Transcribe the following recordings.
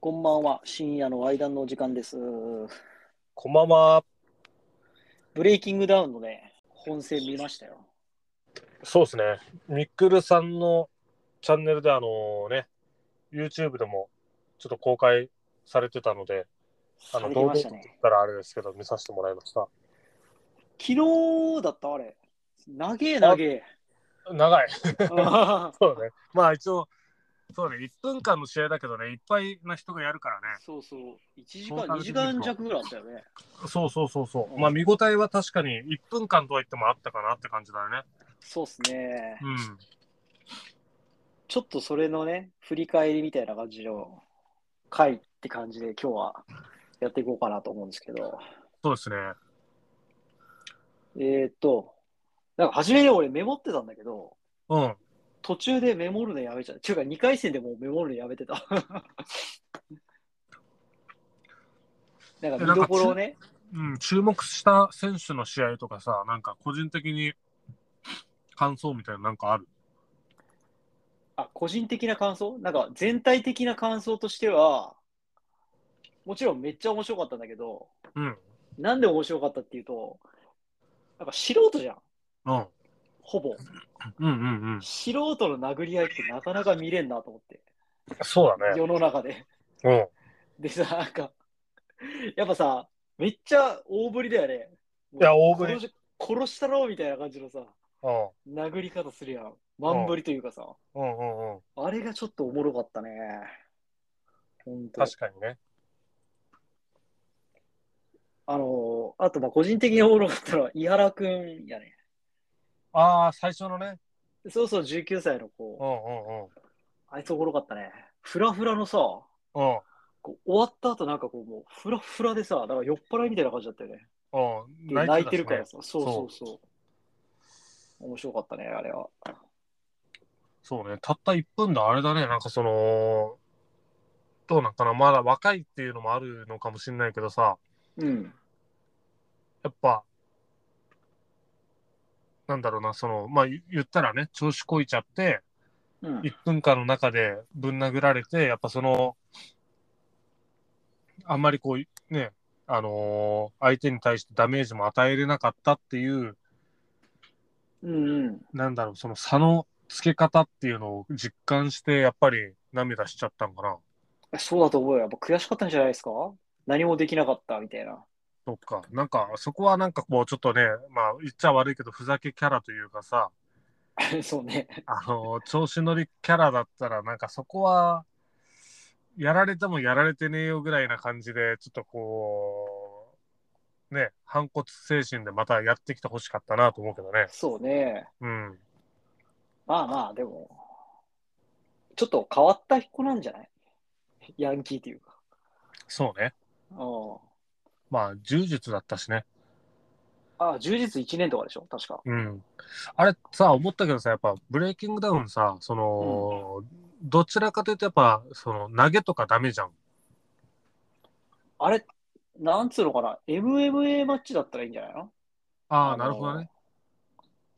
こんばんは。深夜の間のお時間です。こんばんは。ブレイキングダウンのね、本戦見ましたよ。そうですね。ミックルさんのチャンネルで、あのね、YouTube でもちょっと公開されてたので、さあのれて動ま画しただっね。たらあれですけど、見させてもらいました。昨日だった、あれ。長え長え。長い。 あーそうね。まあ一応、そうね、1分間の試合だけどね、いっぱいな人がやるからね。 そうそう。1時ト間ー、タ2ル時で見ると間弱ぐらいあったよね。そうそうそうそう。うんまあ見応えは確かに1分間とは言ってもあったかなって感じだね。そうっすね。うん。ちょっとそれのね、振り返りみたいな感じの回って感じで、今日はやっていこうかなと思うんですけど。そうですね。えー、っと、なんか初めに俺メモってたんだけど、うん。途中でメモるのやめちゃう。っていうか、2回戦でもうメモるのやめてた。 なんか見どころをね、うん、注目した選手の試合とかさ、なんか個人的に感想みたいななんかあるあ、個人的な感想なんか全体的な感想としては、もちろんめっちゃ面白かったんだけど、うん。なんで面白かったっていうと、なんか素人じゃん、うん。ほぼ。うんうんうん。素人の殴り合いってなかなか見れんなと思って、そうだね。世の中で。うん。でさ、なんか、やっぱさ、めっちゃ大振りだよね。いや大振り殺し殺したろみたいな感じのさ、うん。殴り方するやん。万振りというかさ、うんうんうん。あれがちょっとおもろかったね。本当確かにね。あのーあと、まあ、個人的におもろかったのは、井原くんやね。ああ、最初のね。そうそう、19歳のう子。んうんうん。あいつおもろかったね。フラフラのさ、うん。こう終わった後なんかこう、もう、フラフラでさ、なんか酔っ払いみたいな感じだったよね。うん、で泣いたてしねるから。さ。そうそうそう。面白かったね、あれは。そうね。たった1分だ、あれだね。なんかその、どうなんかな。まだ若いっていうのもあるのかもしれないけどさ、うん。やっぱ、なんだろうな、その、まあ言言ったらね、調子こいちゃって、うん1分間の中でぶん殴られて、やっぱその、あんまりこう、ね、あのー相手に対してダメージも与えれなかったっていう、うんうん。なんだろう、その差のつけ方っていうのを実感して、やっぱり涙しちゃったんかな。そうだと思うよ。やっぱ悔しかったんじゃないですか何もできなかったみたいな。 そっか。なんか、そこはなんかもうちょっとね、まあ言っちゃ悪いけど、ふざけキャラというかさ、そうね。あのー調子乗りキャラだったら、なんかそこは、やられてもやられてねえよぐらいな感じで、ちょっとこう、ね、反骨精神でまたやってきてほしかったなと思うけどね。そうね。うん。まあまあ、でも、ちょっと変わった子なんじゃないヤンキーっていうか。そうね。うまあ、柔術だったしね。ん。あ、充実1年とかでしょ確か。うん。あれさ、思ったけどさ、やっぱブレイキングダウンさ、その、どちらかというとやっぱ、その、投げとかダメじゃん。あれ、なんつうのかな ?MMA マッチだったらいいんじゃないのああのあ、なるほどね。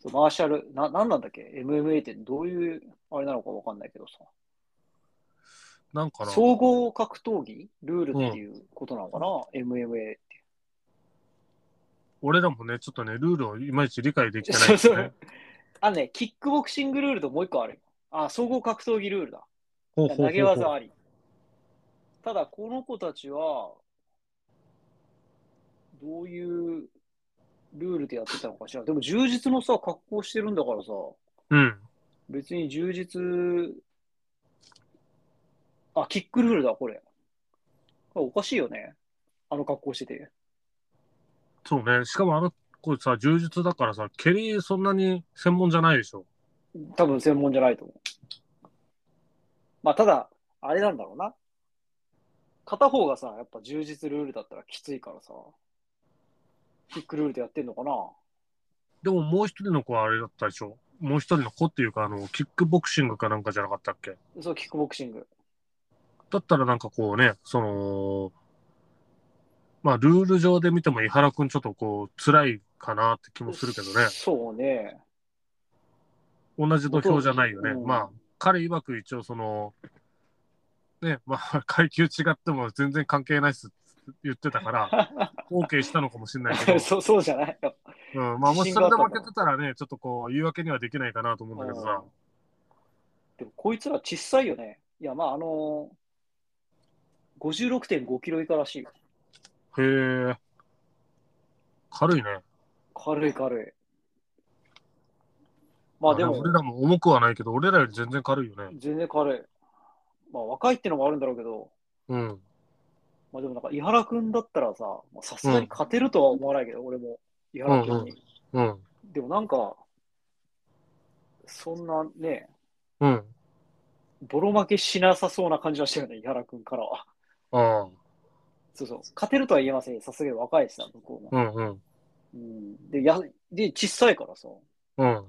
そうマーシャル、な、なんなんだっけ ?MMA ってどういう、あれなのかわかんないけどさ。なんかな。総合格闘技ルールっていうことなのかな、?MMA 俺らもね、ちょっとね、ルールをいまいち理解できてないそでうすそねう。。あのね、キックボクシングルールともう一個あるよ。あ、総合格闘技ルールだ。ほうほうほうほう投げ技あり。ただ、この子たちは、どういうルールでやってたのかしら。でも、充実のさ、格好してるんだからさ、うん。別に充実、あ、キックルールだ、これ。これおかしいよね。あの格好してて。そうね。しかもあの子さ、柔術だからさ、蹴りそんなに専門じゃないでしょ。多分専門じゃないと思う。まあ、ただ、あれなんだろうな。片方がさ、やっぱ充実ルールだったらきついからさ、キックルールでやってんのかなでももう一人の子はあれだったでしょ。もう一人の子っていうか、あの、キックボクシングかなんかじゃなかったっけ。そう、キックボクシング。だったらなんかこうね、その、まあ、ルール上で見ても、井原くんちょっとこう、辛いかなって気もするけどね。そうね。同じ土俵じゃないよね。うんまあ、彼曰く一応その、ね、まあ、階級違っても全然関係ないっすって言ってたから、OK したのかもしれないけど、そうそうじゃないよ。うん、まあ、も自し信そがあっれでた負けてたらね、ちょっとこう、言い訳にはできないかなと思うんだけどうさん、でもこいつら小さいよね。いや、まあ、あのー、56.5キロ以下らしいよ。へえ、軽いね。軽い軽い。まあでも、俺らも重くはないけど、俺らより全然軽いよね。全然軽い。まあ若いってのもあるんだろうけど、うん。まあでもなんか、井原くんだったらさ、まあさすがに勝てるとは思わないけど、俺も、井原くんに。うん。でもなんか、そんなね、うん。ボロ負けしなさそうな感じはしてるね、井原くんからは。ああ。そうそう。勝てるとは言えませんよ。さすがに若いしさ、向こうも。うんうん。うん。で、や、で、小さいからさ。うん。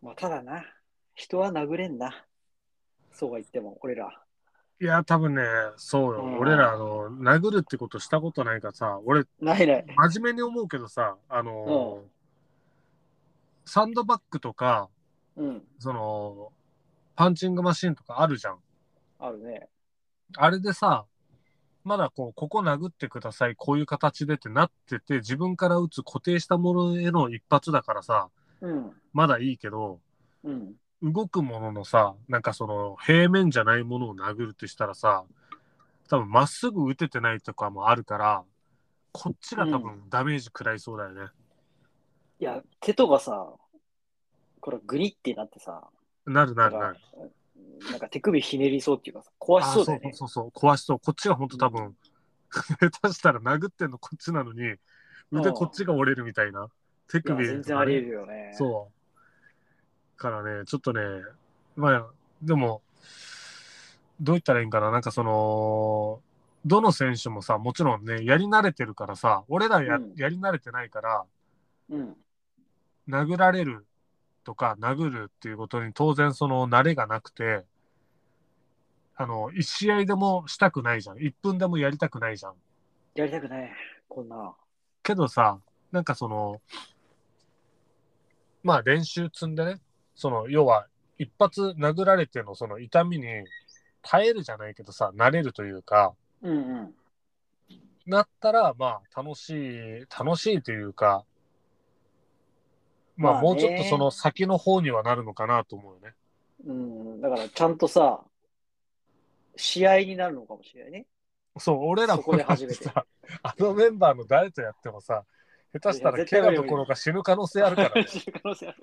まあ、ただな、人は殴れんな。そうは言っても、俺ら。いや、多分ね、そうよ。うん俺ら、あの、殴るってことしたことないからさ、俺、ないない。真面目に思うけどさ、あの、サンドバッグとか、うん。その、パンチングマシンとかあるじゃん。あるね。あれでさ、まだこう、ここ殴ってください、こういう形でってなってて、自分から打つ固定したものへの一発だからさ、うん。まだいいけど、うん。動くもののさ、なんかその平面じゃないものを殴るってしたらさ、多分まっすぐ打ててないとかもあるから、こっちが多分ダメージ食らいそうだよね。いや、手とかさ、これグニってなってさ、なるなるななんるか。なんか手首ひねりそうっていうかさ、壊しそうだよあね。そうそうそう、壊しそう。こっちが本当多分、下手したら殴ってんのこっちなのに、腕こっちが折れるみたいな。手いや首、全然あり得るよね。う。そう。からね、ちょっとね、まあ、でも、どう言ったらいいんかな、なんかその、どの選手もさ、もちろんね、やり慣れてるからさ、俺らや,、うんやり慣れてないから、うん。殴られるとか、殴るっていうことに当然その慣れがなくて、あの、1試合でもしたくないじゃん。1分でもやりたくないじゃん。やりたくない。こんな。けどさなんかそのまあ練習積んでねその要は一発殴られてのその痛みに耐えるじゃないけどさ慣れるというかうんうん。なったらまあ楽しい楽しいというかまあまあねもうちょっとその先の方にはなるのかなと思うよね。うん、だからちゃんとさ、試合になるのかもしれないね。そう俺らもそこで初めてさ あのメンバーの誰とやってもさ下手したいらや絶怪対無我理どころか死ぬ可能性あるからね知る可能性ある。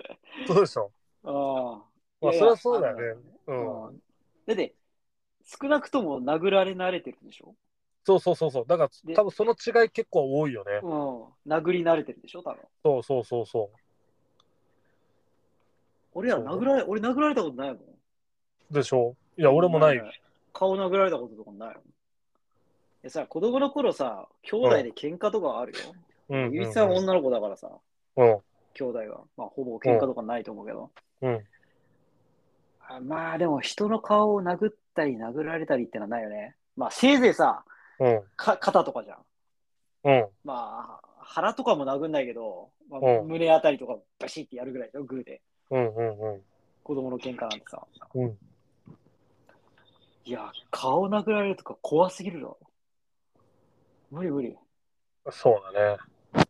そうでしょ、 あまあ、いやいやそりゃそうだよねうんあ。うんだって、少なくとも殴られ慣れてるでしょそうそうそうそう。だかでら多分その違い結構多いよね。うん。殴り慣れてるでしょ多分。そうそうそうそ。俺ら殴られ、俺殴られたことないもん。いうでしょいや、俺もないよ。。顔殴られたこととかないもん。いやさ、子供の頃さ、兄弟で喧嘩とかあるよ。うんうん、ゆうりさんはん。女の子だからさ、うん。兄弟が。まあ、ほぼ喧嘩とかないと思うけど。うん。あまあ、でも人の顔を殴ったり殴られたりってのはないよね。まあ、せいぜいさ、うん。か肩とかじゃん。うん。まあ、腹とかも殴んないけど、まあうん胸あたりとかバシッてやるぐらいだよ、グーで。うん。うん。うん。子供の喧嘩なんてさ。うんいや、顔殴られるとか怖すぎるぞ。無理無理。そうだね。いや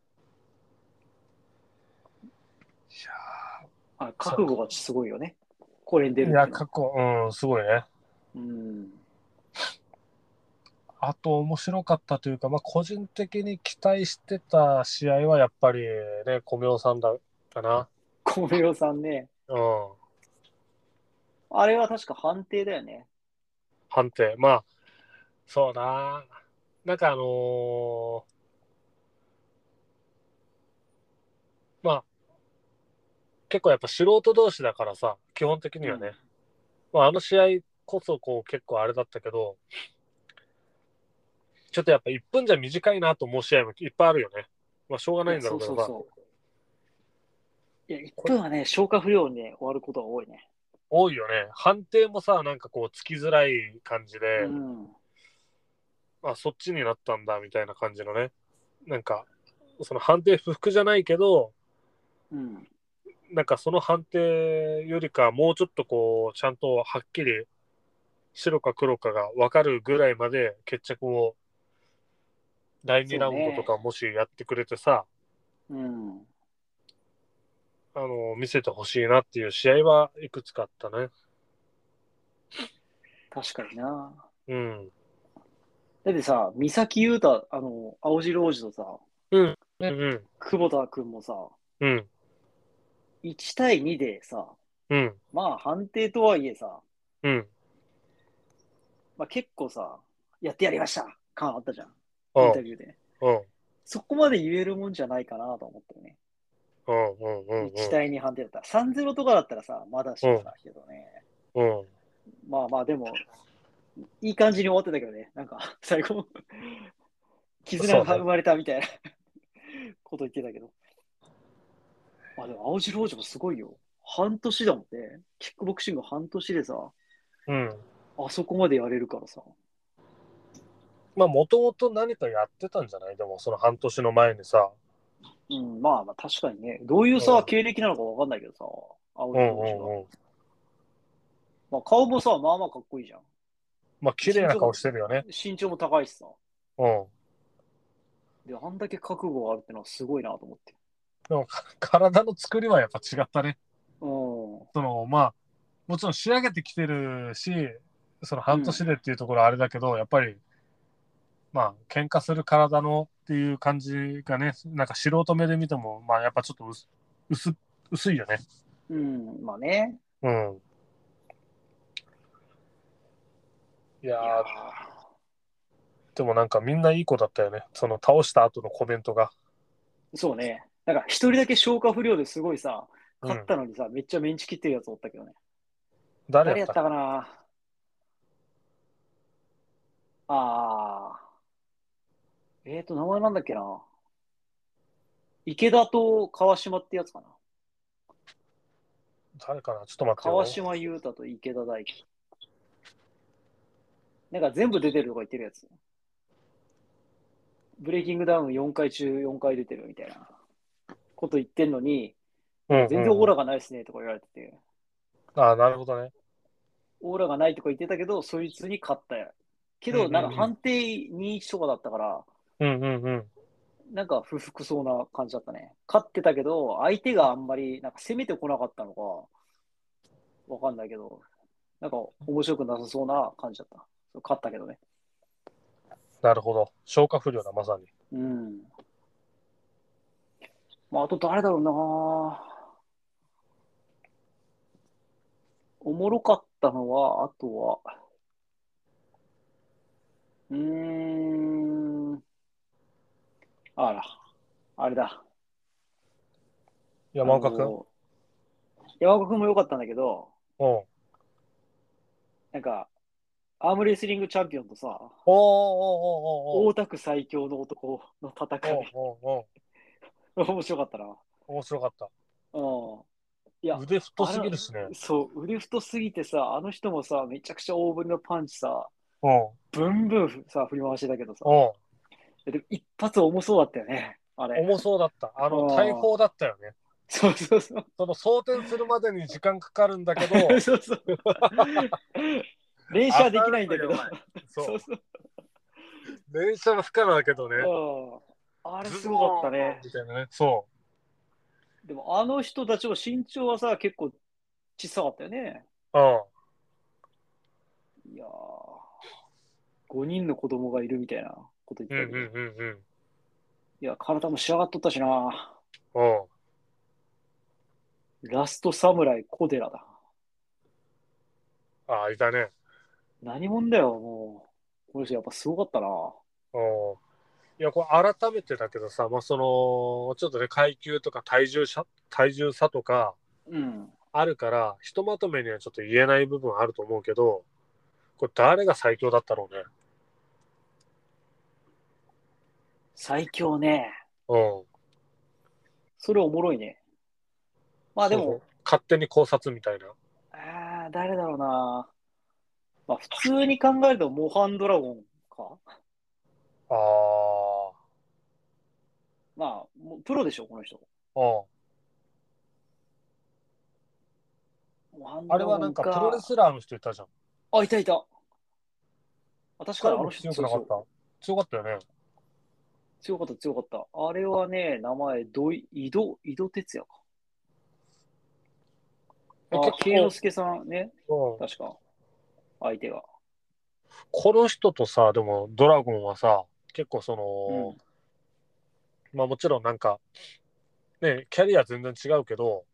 あ覚悟がすごいよね。これに出ーるっていいうや、のは過去、うん、すごいね。うん。あと、面白かったというか、まあ、個人的に期待してた試合はやっぱりね、小明さんだかな。小室さんね。うん。あれは確か判定だよね。判定。まあ、そうな。なんかあのーまあ、結構やっぱ素人同士だからさ、基本的にはね。まあ、あの試合こそこう結構あれだったけど、ちょっとやっぱ1分じゃ短いなと思う試合もいっぱいあるよね。まあ、しょうがないんだろうけそどうそうさそう。いや、1分はね、消化不良に、ね、終わることが多いね。多いよね。判定もさ、なんかこう、つきづらい感じで、うん。あそっちになったんだみたいな感じのねなんかその判定不服じゃないけどうん。なんかその判定よりかもうちょっとこうちゃんとはっきり白か黒かが分かるぐらいまで決着を第2ラウンドとかもしやってくれてさ、うん。あの見せてほしいなっていう試合はいくつかあったね。確かにな。うん。だってさ、三崎優太、あの、青白王子とさ、うん。久保田君もさ、うん。 1対2でさ、うん。まあ判定とはいえさ、うん。まあ結構さ、やってやりました感あったじゃん。うん。イうンんタ。ビューで。うん。そこまで言えるもんじゃないかなと思ったよね。うん。うん。 1対2判定だったら。3-0とかだったらさ、まだしもだけどね。うん。まあまあでも、いい感じに終わってたけどね。なんか、最後、絆が生まれたみたいなこと言ってたけど。まあでも、青白王子もすごいよ。半年だもんね。キックボクシング半年でさ、うん。あそこまでやれるからさ。まあ、もともと何かやってたんじゃないでも、その半年の前にさ。うん、まあまあ確かにね。どういうさ、うん経歴なのかわかんないけどさ、青うん白王う子が。んうん。まあ顔もさ、まあまあかっこいいじゃん。まあ、綺麗な顔してるよね。身長も高いしさ。うん。で、あんだけ覚悟があるってのはすごいなと思って。でも、か体の作りはやっぱ違ったね。うその、まあ、もちろん仕上げてきてるし、その半年でっていうところはあれだけど、やっぱり、まあ、喧嘩する体のっていう感じがね、なんか素人目で見ても、まあ、やっぱちょっと薄、薄、薄いよね。ん。うん、まあね。うん。いやいやー、でもなんかみんないい子だったよね。その倒した後のコメントが。ーそうね。なんか一人だけ消化不良ですごいさ、うん勝ったのにさ、めっちゃメンチ切ってるやつおったけどね。誰誰ややっったたかかなあー。えっ、ー、と、名前なんだっけな。池田と川島ってやつかな。誰かなちょっと待ってよ。川島優太と池田大輝。なんか全部出てるとか言ってるやつ。ブレイキングダウン4回中4回出てるみたいなこと言ってんのに、うんうん全然オーラがないですねとか言われてて、ああ、なるほどね。オーラがないとか言ってたけど、そいつに勝ったや。けうんうんど、うんなんか判定2-1とかだったから、うんうんうん。なんか不服そうな感じだったね。勝ってたけど、相手があんまりなんか攻めてこなかったのか、わかんないけど、なんか面白くなさそうな感じだった。そう勝ったけどね。なるほど。消化不良だ、まさに。うん。まあ、あと誰だろうなおもろかったのは、あとは、うーん、あら、あれだ。山岡くん。あうん。の山岡君も良かったんだけど、おーなんか、アームレスリングチャンピオンとさ、おーおーおーおーお大田区最強の男の戦ーい、おーおー面白かったな。面白かった。うん。いや、腕太すぎるしね。そう、腕太すぎてさ、あの人もさ、めちゃくちゃ大ぶりのパンチさ、うん。ブンブンさ、振り回してたけどさ、うん。でも一発重そうだったよね、あれ。重そうだった。あの、あー大砲だったよね。そうそうそう。その、装填するまでに時間かかるんだ けど、そう そう。連射はできないんだけど。そそうう。そう。連射が不可能だけどね。うんあれすごかったね。みたいなね。そでもあの人たちも身長はさ、結構小さかったよね。う。うん。いやー、5人の子供がいるみたいなこと言ってうんうたんけど、うんいや、体も仕上がっとったしな。うん。うん。ラストサムライ小寺だ。ああ、いたね。何者だよ、もう。この人やっぱすごかったな。うん。いや、これ改めてだけどさ、まあ、その、ちょっとね、階級とか体重差、体重差とか、うん。あるから、ひとまとめにはちょっと言えない部分あると思うけど、これ誰が最強だったろうね。最強ね。うん。それおもろいね。まあでそうそもう、勝手に考察みたいな。あー誰だろうな。まあ普通に考えるとモハンドラゴンかああ。まあ、もうプロでしょ、この人。うん。モハンあドれラはゴなんンかか。プロレスラーの人いたじゃん。あ、いたいた。確か彼にあのも人強くなかそうっそうた。強かったよね。強かった、強かった。あれはね、名前、どい井戸、井戸哲也か。あ、慶之助さんね、うん確か。相手が。この人とさ、でもドラゴンはさ、結構その、まあもちろんなんか、ね、キャリア全然違うけど、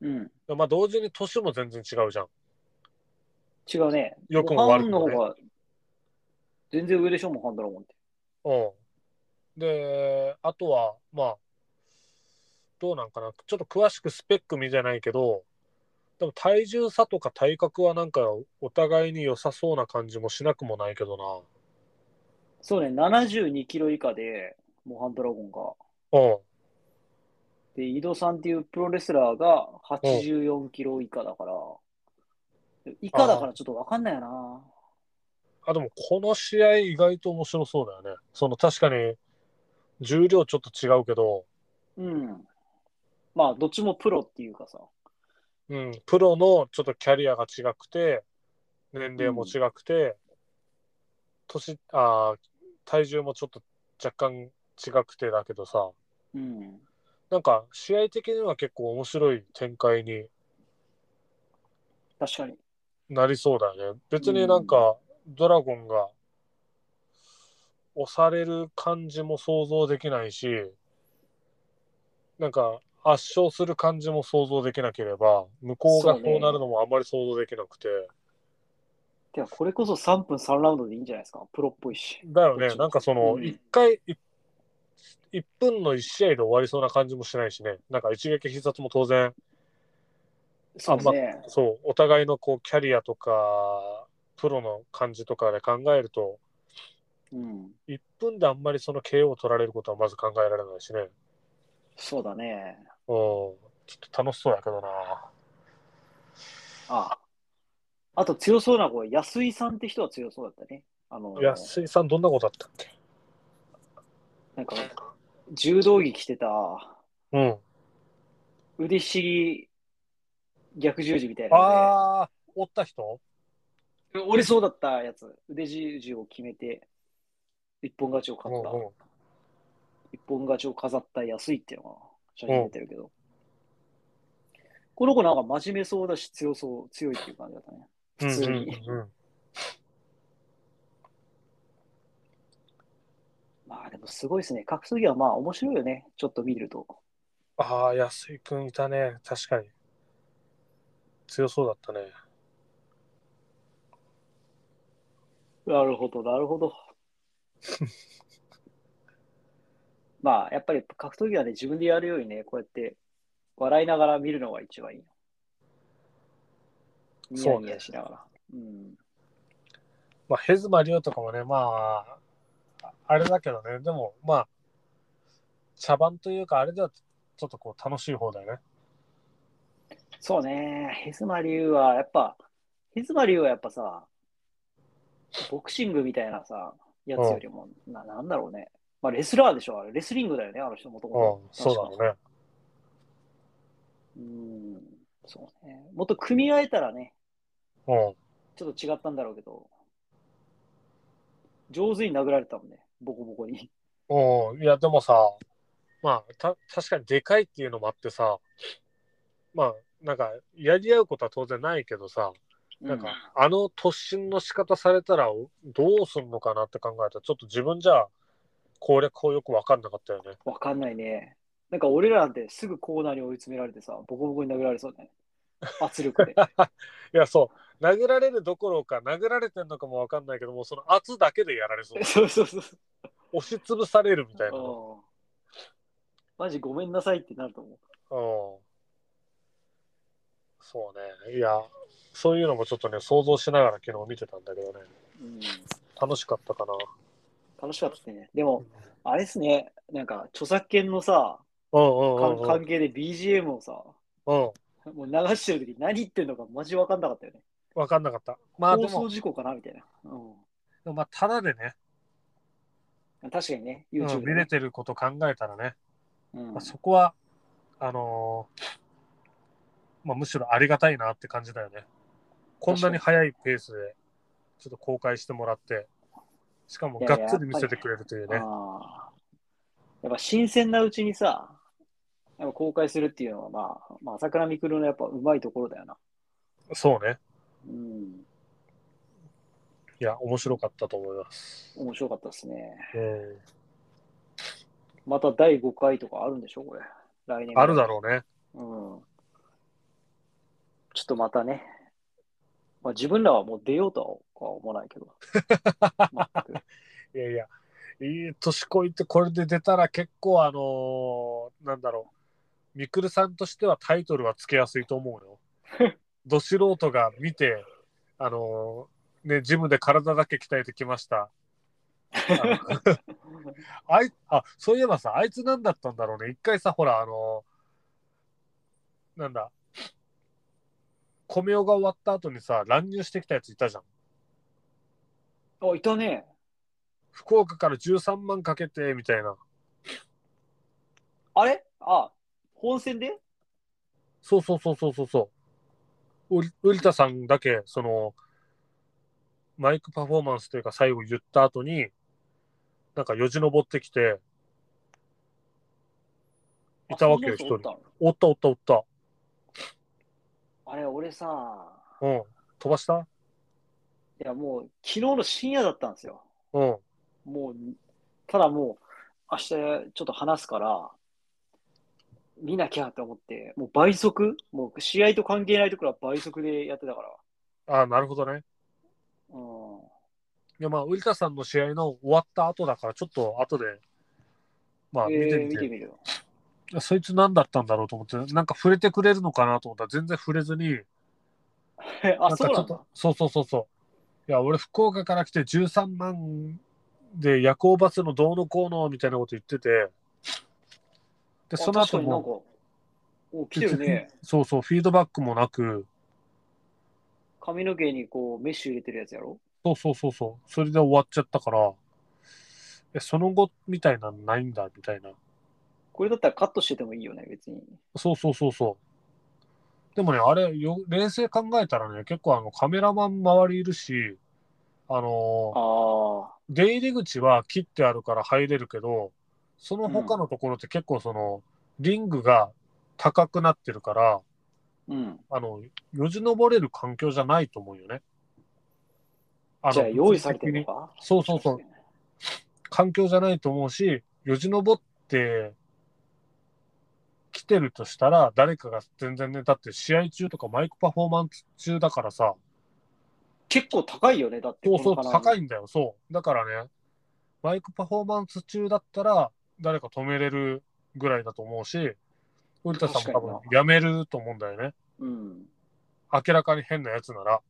うん。まあ同時に年も全然違うじゃん。違うね。良くも悪くモハもねンの方が、全然上でしょ、モハンドラゴンって。うん。で、あとは、まあ、どうなんかな、ちょっと詳しくスペック見じゃないけど、でも体重差とか体格はなんかお互いに良さそうな感じもしなくもないけどそうね、72キロ以下で、モハンドラゴンが。な。うん。で、井戸さんっていうプロレスラーが84キロ以下だから、以下だからちょっとわかんないよな。あ、でもこの試合意外と面白そうだよね。その確かに重量ちょっと違うけど、うん。まあ、どっちもプロっていうかさ。うん、プロのちょっとキャリアが違くて、年齢も違くて、年、あー体重もちょっと若干違くてだけどさ、うん。なんか試合的には結構面白い展開に確かに。なりそうだよね。別になんかドラゴンが押される感じも想像できないし、なんか圧勝する感じも想像できなければ、向こうがそうなるのもあんまり想像できなくて。てか、これこそ3分3ラウンドでいいんじゃないですか。プロっぽいし。だこよっちね、もなんかその、うん一回、い一分の一試合で終わりそうな感じもしないしね、なんか一撃必殺も当然、そうね。そう、お互いのこうキャリアとか、プロの感じとかで考えると、うん。 1分であんまりその KO を取られることはまず考えられないしね、うん、そうだね。ちょっと楽しそうだけどな。ああと強そうな子は安井さんって人は強そうだったね。あの、安井さん、どんなことだったっけなんか、柔道着着てたうん。腕ひしぎ逆十字みたいなああ、おった人ので、折れそうだったやつ、腕十字を決めて、一本勝ちを勝った、うんうん一本勝ちを飾った安井っていうのが写真出てるけど、この子なんか真面目そうだし強そう、強いっていう感じだったね。普通に。うんうんうんまあでもすごいですね。格闘技はまあ面白いよね。ちょっと見ると。ああ、安井くんいたね。確かに。強そうだったね。なるほど、なるほど。 まあ、やっぱり格闘技はね、自分でやるよりね、こうやって笑いながら見るのが一番いいよ。ニヤニヤしながら。うん。まあ、ヘズマリオとかもね、まあ、ああれだけどね、でも、まあ、茶番というか、あれではちょっとこう楽しい方だよね。そうね、ヘズマリュウは、やっぱ、ヘズマリュウはやっぱさ、ボクシングみたいなさ、やつよりも、ななんだろうね。まあ、レスラーでしょ、あれ。レスリングだよね、あの人もとうもん、と。そうだろうね。うん、そうね。もっと組み合えたらね、うん。ちょっと違ったんだろうけど、上手に殴られたもんね、ボコボコに。うん、いや、でもさ、まあ、た、確かにでかいっていうのもあってさ、まあ、なんか、やり合うことは当然ないけどさ、なんか、あの突進の仕方されたら、おどうすんのかなって考えたら、ちょっと自分じゃ、攻略をよく分かんなかったよね。わかんないね。なんか俺らなんてすぐコーナーに追い詰められてさ、ボコボコに殴られそうだね。圧力 で。。いや、そう、殴られるどころか、殴られてんのかも分かんないけども、その圧だけでやられそうそうそうそう。押しつぶされるみたいな。うん。うんマジごめんなさいってなると思う。そうね。いや、そういうのもちょっとね、想像しながら昨日見てたんだけどね、うん、楽しかったかな。楽しかったね。でも、あれですね、なんか著作権のさ、うんうん関うんうん。関係で BGM をさ、うん、もう流してる時何言ってんのかマジわかんなかったよね。分かんなかった。まあ放で送も、事故かなみたいな。うまあ、ただでね、ん、確かにね、うん YouTube で見れね。てること考えたらね、うんまあ、そこは、あのーまあ、むしろありがたいなって感じだよね。こんなに早いペースで、ちょっと公開してもらって、しかもいやがいっやつり見せてくれるというね。あーやっぱ新鮮なうちにさ、やっぱ公開するっていうのは、まあ、まあ、朝倉未来のやっぱうまいところだよな。そうね。うん、いや、面白かったと思います。面白かったですね。うんまた第5回とかあるんでしょ、これ。来年。あるだろうね。う。うん。ちょっとまたね、まあ、自分らはもう出ようとは思わないけど。全くいやいや、いい年こいてこれで出たら結構あのーなんだろう、みくるさんとしてはタイトルはつけやすいと思うよ。ど素人が見て、あのーね、ジムで体だけ鍛えてきました。あのあいあそういえばさ、あいつ何だったんだろうね。一回さ、ほら、あのーなんだ、米尾が終わった後にさ、乱入してきたやついたじゃん。あ、いたね。福岡から13万かけて、みたいな。あれあ、本戦でそうそうそうそうそうそう。うり瓜田さんだけ、その、マイクパフォーマンスというか最後言った後に、なんかよじ登ってきて、いたわけよ、あ一そんなやつおっ人。たのおったおったおった。あれ、俺さ、うん。飛ばしたいやもう昨日の深夜だったんですよ。うん。もう、ただもう、明日ちょっと話すから、見なきゃと思って、もう倍速、もう試合と関係ないところは倍速でやってたから。ああ、なるほどね。うん。いや、まあ、瓜田さんの試合の終わった後だから、ちょっと後で、まあ、見てえーみ見てて、みるよ。そいつ何だったんだろうと思って、なんか触れてくれるのかなと思ったら、全然触れずに、あ、なんそうかちょなっんだと。そうそうそうそう。いや、俺、福岡から来て13万で夜行バスのどうのこうのみたいなこと言ってて、で、そのあ確か後になんかも、、お来てるね。そうそう、フィードバックもなく、髪の毛にこう、メッシュ入れてるやつやろそうそうそうそう、それで終わっちゃったから、え、その後みたいなのないんだ、みたいな。これだったらカットしててもいいよね、別に。そうそうそうそう。でもね、あれ、よ冷静考えたらね、結構あのカメラマン周りいるし、あのーああ。出入り口は切ってあるから入れるけど、その他のところって結構その、リングが高くなってるから、うん。あの、よじ登れる環境じゃないと思うよね。あのじゃあ、用意されてるのかそうそうそう。環境じゃないと思うし、よじ登って来てるとしたら、誰かが全然ね、だって試合中とかマイクパフォーマンス中だからさ、結構高いよね、だって。そうそう、この金網高いんだよ、そう。だからね、マイクパフォーマンス中だったら、誰か止めれるぐらいだと思うし、ウルタさんも多分確かやめると思うんだよね。うん。明らかに変なやつなら。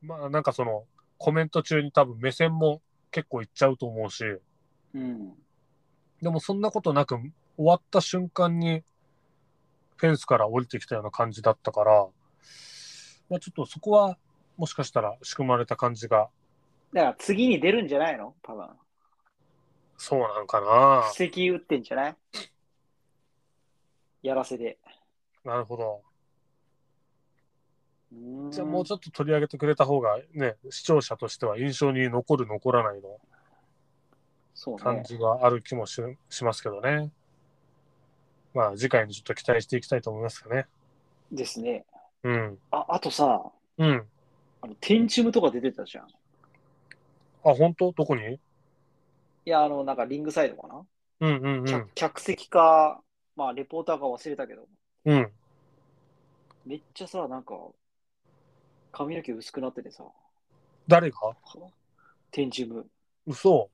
まあ、なんかその、コメント中に多分目線も結構いっちゃうと思うし、うん。でもそんなことなく、終わった瞬間に、フェンスから降りてきたような感じだったから、まあ、ちょっとそこは、もしかしたら仕組まれた感じが、だから次に出るんじゃないの多分。そうなんかな。布石打ってんじゃないやらせで。なるほど。じゃあもうょちょっと取り上げてくれた方がね、視聴者としては印象に残る、残らないのそう感ね。じがある気もし,、しますけどね。まあ次回にちょっと期待していきたいと思いますかね。ですね。うん。あ、あとさ、うん。あの、テンチムとか出てたじゃん。いあ、本当どこにや、あの、なんかリングサイドかな、うんうんうん客。客席か、まあ、レポーターか忘れたけど、うん。めっちゃさ、なんか、髪の毛薄くなっててさ、誰がテンチム。嘘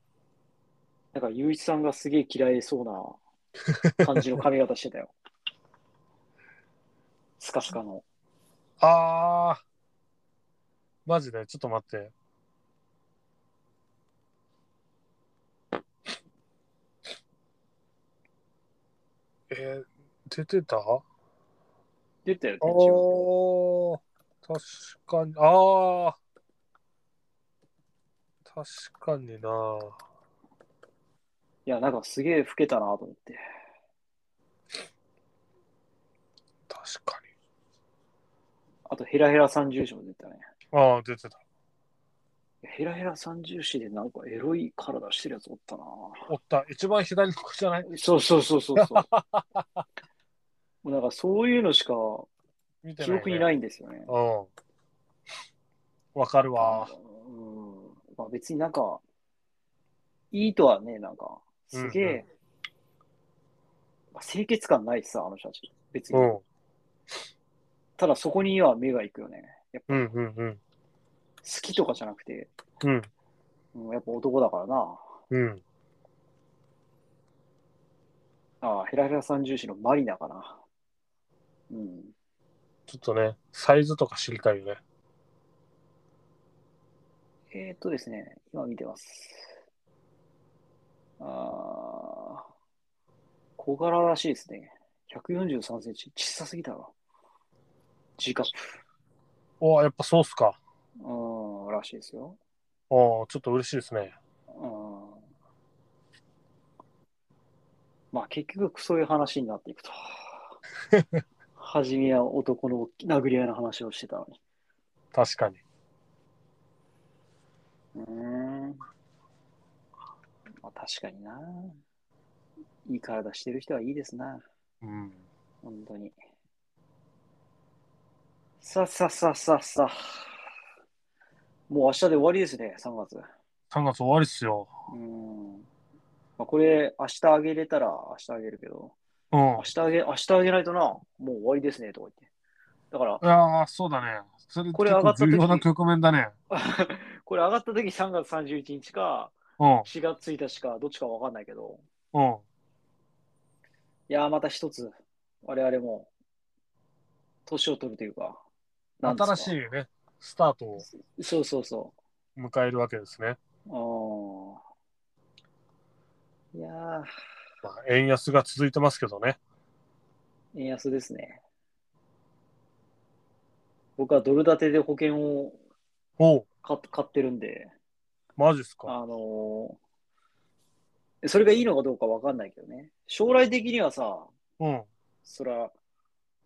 なんか、ゆういちさんがすげえ嫌いそうな感じの髪型してた よ。スカスカの。あー。マジでちょっと待って。えー、出てた出てたよ、あテンチム。あー、確かに、ああ、確かにな。いや、なんかすげえ老けたなと思って。確かあと、ヘラヘラさん住所も出てたね。に。ああ、出てた。いヘラヘラ三重視でなんかエロい体してるやつおったなおった、一番左の子じゃないそうそうそうそう そう。もうなんかそういうのしか見てない、記ね。憶にないんですよね。うん。わかるわ。うん。まあ別になんか、いいとはね、なんか、すげえ、うんうまあ清潔感ないしさ、あの人たち。別うに。ん。ただそこには目が行くよね。やっぱうんうんうん。好きとかじゃなくて、うん。うん、やっぱ男だからな。うん。ああ、ヘラヘラ三重視のマリナかな。うん。ちょっとね、サイズとか知りたいよね。えー、っとですね、今見てます。あー小柄らしいですね。143センチ。小さすぎだろ。G カッおやっぱそうっすか。プ。うん、らしいですよ。おちょっと嬉しいですね。うん。まあ結局そういう話になっていくと。はじめは男の殴り合いの話をしてたのに。確かに。うーん。まあ確かにな。いい体してる人はいいですな。うん。本当に。さあさあさあさあさあ。もう明日で終わりですね、3月。 3月終わりっすよ。うーん。まあ、これ、明日あげれたら明日あげるけど、うん明。日あげ、明日あげないとな、もう終わりですね、とか言って。だからい、やー、そうだね。それここれれ上がった時重要な局面だね。これ上がった時3月31日か、うん。 4月1日か、どっちかわかんないけど、うん。いやー、また一つ、我々も、年を取るというか、なんですか新しいね、スタートをそうそうそう。迎えるわけですね。ああ。いやー、まあ、円安が続いてますけどね。円安ですね。僕はドル建てで保険をおう、買っ買ってるんで、マジっすあか。のーそれがいいのかどうかわかんないけどね。将来的にはさ、うん。そら、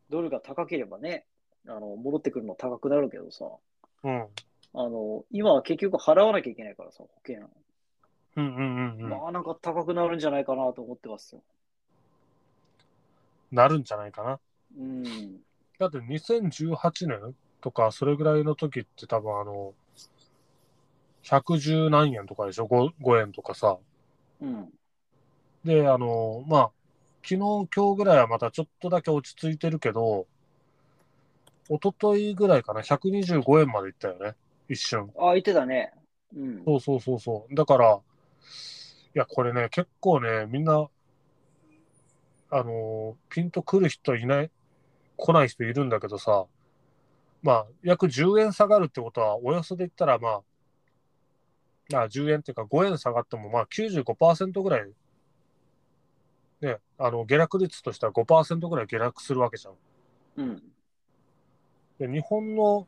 ドルが高ければね、あの戻ってくるの高くなるけどさ、うん。あの今は結局払わなきゃいけないからさ、保険。うんうんうんうん。まあなんか高くなるんじゃないかなと思ってますよ。なるんじゃないかな。うん。だって2018年とか、それぐらいの時って多分あの、110何円とかでしょ 5, ?5 円とかさ。うん。で、あの、まあ、昨日、今日ぐらいはまたちょっとだけ落ち着いてるけど、一昨日ぐらいかな、125円までいったよね、一瞬。ああ、言ってたね。うん。そうそうそうそう。だから、いや、これね、結構ね、みんな、あのーピンとくる人いない、来ない人いるんだけどさ、まあ、約10円下がるってことは、およそで言ったら、まあ、まあ、10円っていうか5円下がっても、まあ95%ぐらい、ね、あの、下落率としては5%ぐらい下落するわけじゃん。うん。で日本の、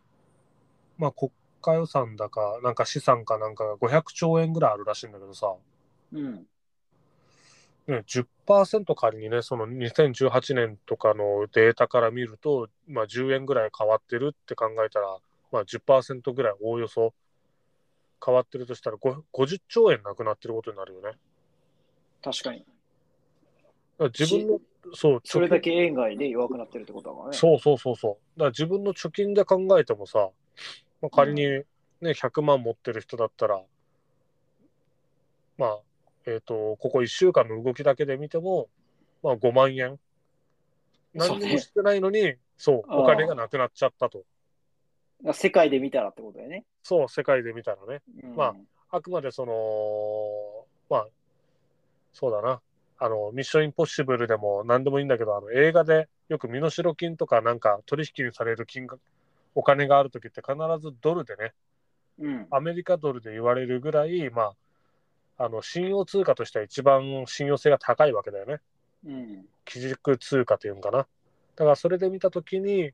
まあ、国家予算だか、なんか資産かなんかが500兆円ぐらいあるらしいんだけどさ、うん。ね、10%仮にね、その2018年とかのデータから見ると、まあ、10円ぐらい変わってるって考えたら、まあ、10%ぐらいおおよそ変わってるとしたら、ご50兆円なくなってることになるよね。確かに。だから自分の、そう、それだけ、け円外で弱くなってるってことだからね。そうそうそうそう。だから自分の貯金で考えてもさ、まあ、仮にね、100万持ってる人だったら、まあ、えっ、と、ここ1週間の動きだけで見ても、まあ5万円。そうね何にもしてないのに、そう、あーお金がなくなっちゃったと。世界で見たらってことだよね。そう、世界で見たらね。うん、まあくまでその、まあ、そうだな。あの、ミッションインポッシブルでも何でもいいんだけど、あの映画でよく身代金とかなんか取引にされる金額、お金があるときって必ずドルでね、うん。アメリカドルで言われるぐらい、まあ、あの信用通貨としては一番信用性が高いわけだよね。うん。基軸通貨というんかな。だからそれで見たときに、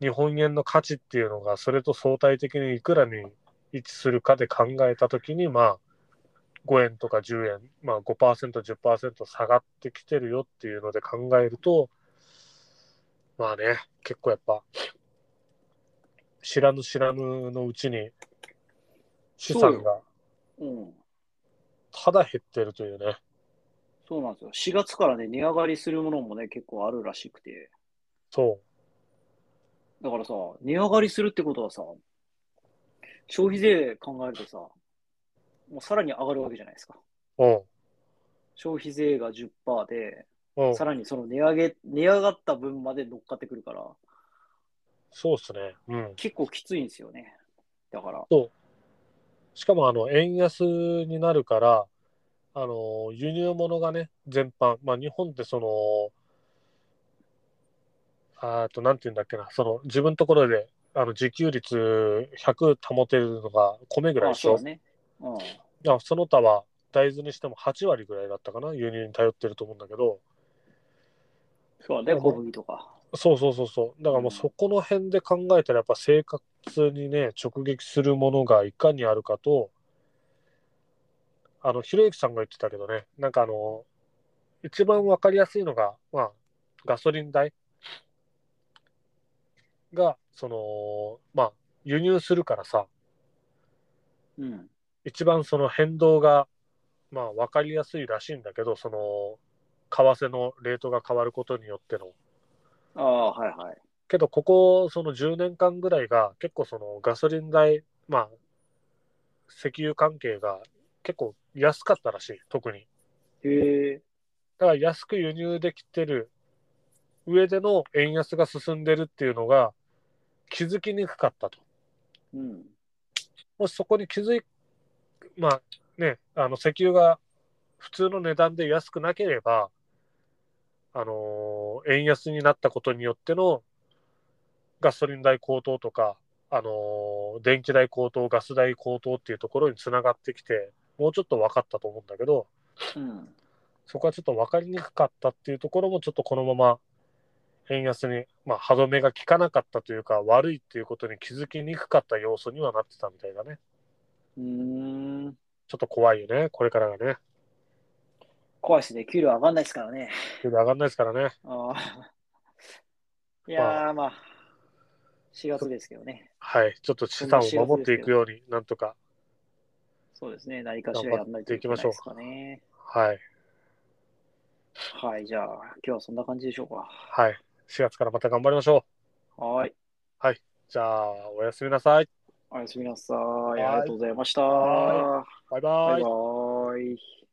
日本円の価値っていうのが、それと相対的にいくらに位置するかで考えたときに、まあ、5円とか10円、まあ5%、10%下がってきてるよっていうので考えると、まあね、結構やっぱ、知らぬ知らぬのうちに、資産がうん。ただ減ってるというね。そうなんですよ。4月からね、値上がりするものもね、結構あるらしくて。そだからさ、値上がりするってことはさ、消費税考えるとさ、もうさらに上がるわけじゃないですか。う。うん。消費税が10%で、うん。さらにその値上げ、値上がった分まで乗っかってくるから、そうですね。うん。結構きついんですよね。だから、しかも、あの、円安になるから、あの、輸入物がね、全般、まあ、日本ってその、あーと、なんて言うんだっけな、その、自分のところで、あの、自給率100保てるのが米ぐらいあでしそょ。うだね。うん。あその他は大豆にしても8割ぐらいだったかな輸入に頼ってると思うんだけどそうだね、小麦とか。そうそうそうそうだからもうそこの辺で考えたらやっぱ生活にね直撃するものがいかにあるかとあのひろゆきさんが言ってたけどねなんかあの一番わかりやすいのが、まあ、ガソリン代がそのまあ輸入するからさ、うん。一番その変動が、まあ、分かりやすいらしいんだけど、その、為替のレートが変わることによっての。ああ、はいはい。けど、ここ、その10年間ぐらいが、結構そのガソリン代、まあ、石油関係が結構安かったらしい、特に。へえ。だから安く輸入できてる上での円安が進んでるっていうのが気づきにくかったと。うん。もしそこに気づい、まあね、あの石油が普通の値段で安くなければ、あのー円安になったことによってのガソリン代高騰とか、あのー電気代高騰、ガス代高騰っていうところにつながってきて、もうちょっと分かったと思うんだけど、うん。そこはちょっと分かりにくかったっていうところも、ちょっとこのまま円安に、まあ、歯止めが効かなかったというか、悪いっていうことに気づきにくかった要素にはなってたみたいだね。うーん。ちょっと怖いよね、これからがね。怖いですね。給料上がんないですからね。給料上がんないですからね。ああ。いやー、まあ、4月ですけどね。はい、ちょっと資産を守っていくように、なんとか。そうですね。何かしらやんないといけないですかね。はい、はい。じゃあ、今日はそんな感じでしょうか。はい。4月からまた頑張りましょはーい。う。じゃあ、おやすみなさい。おやすみなさい。いありがとうございました。はババイバイイバイ。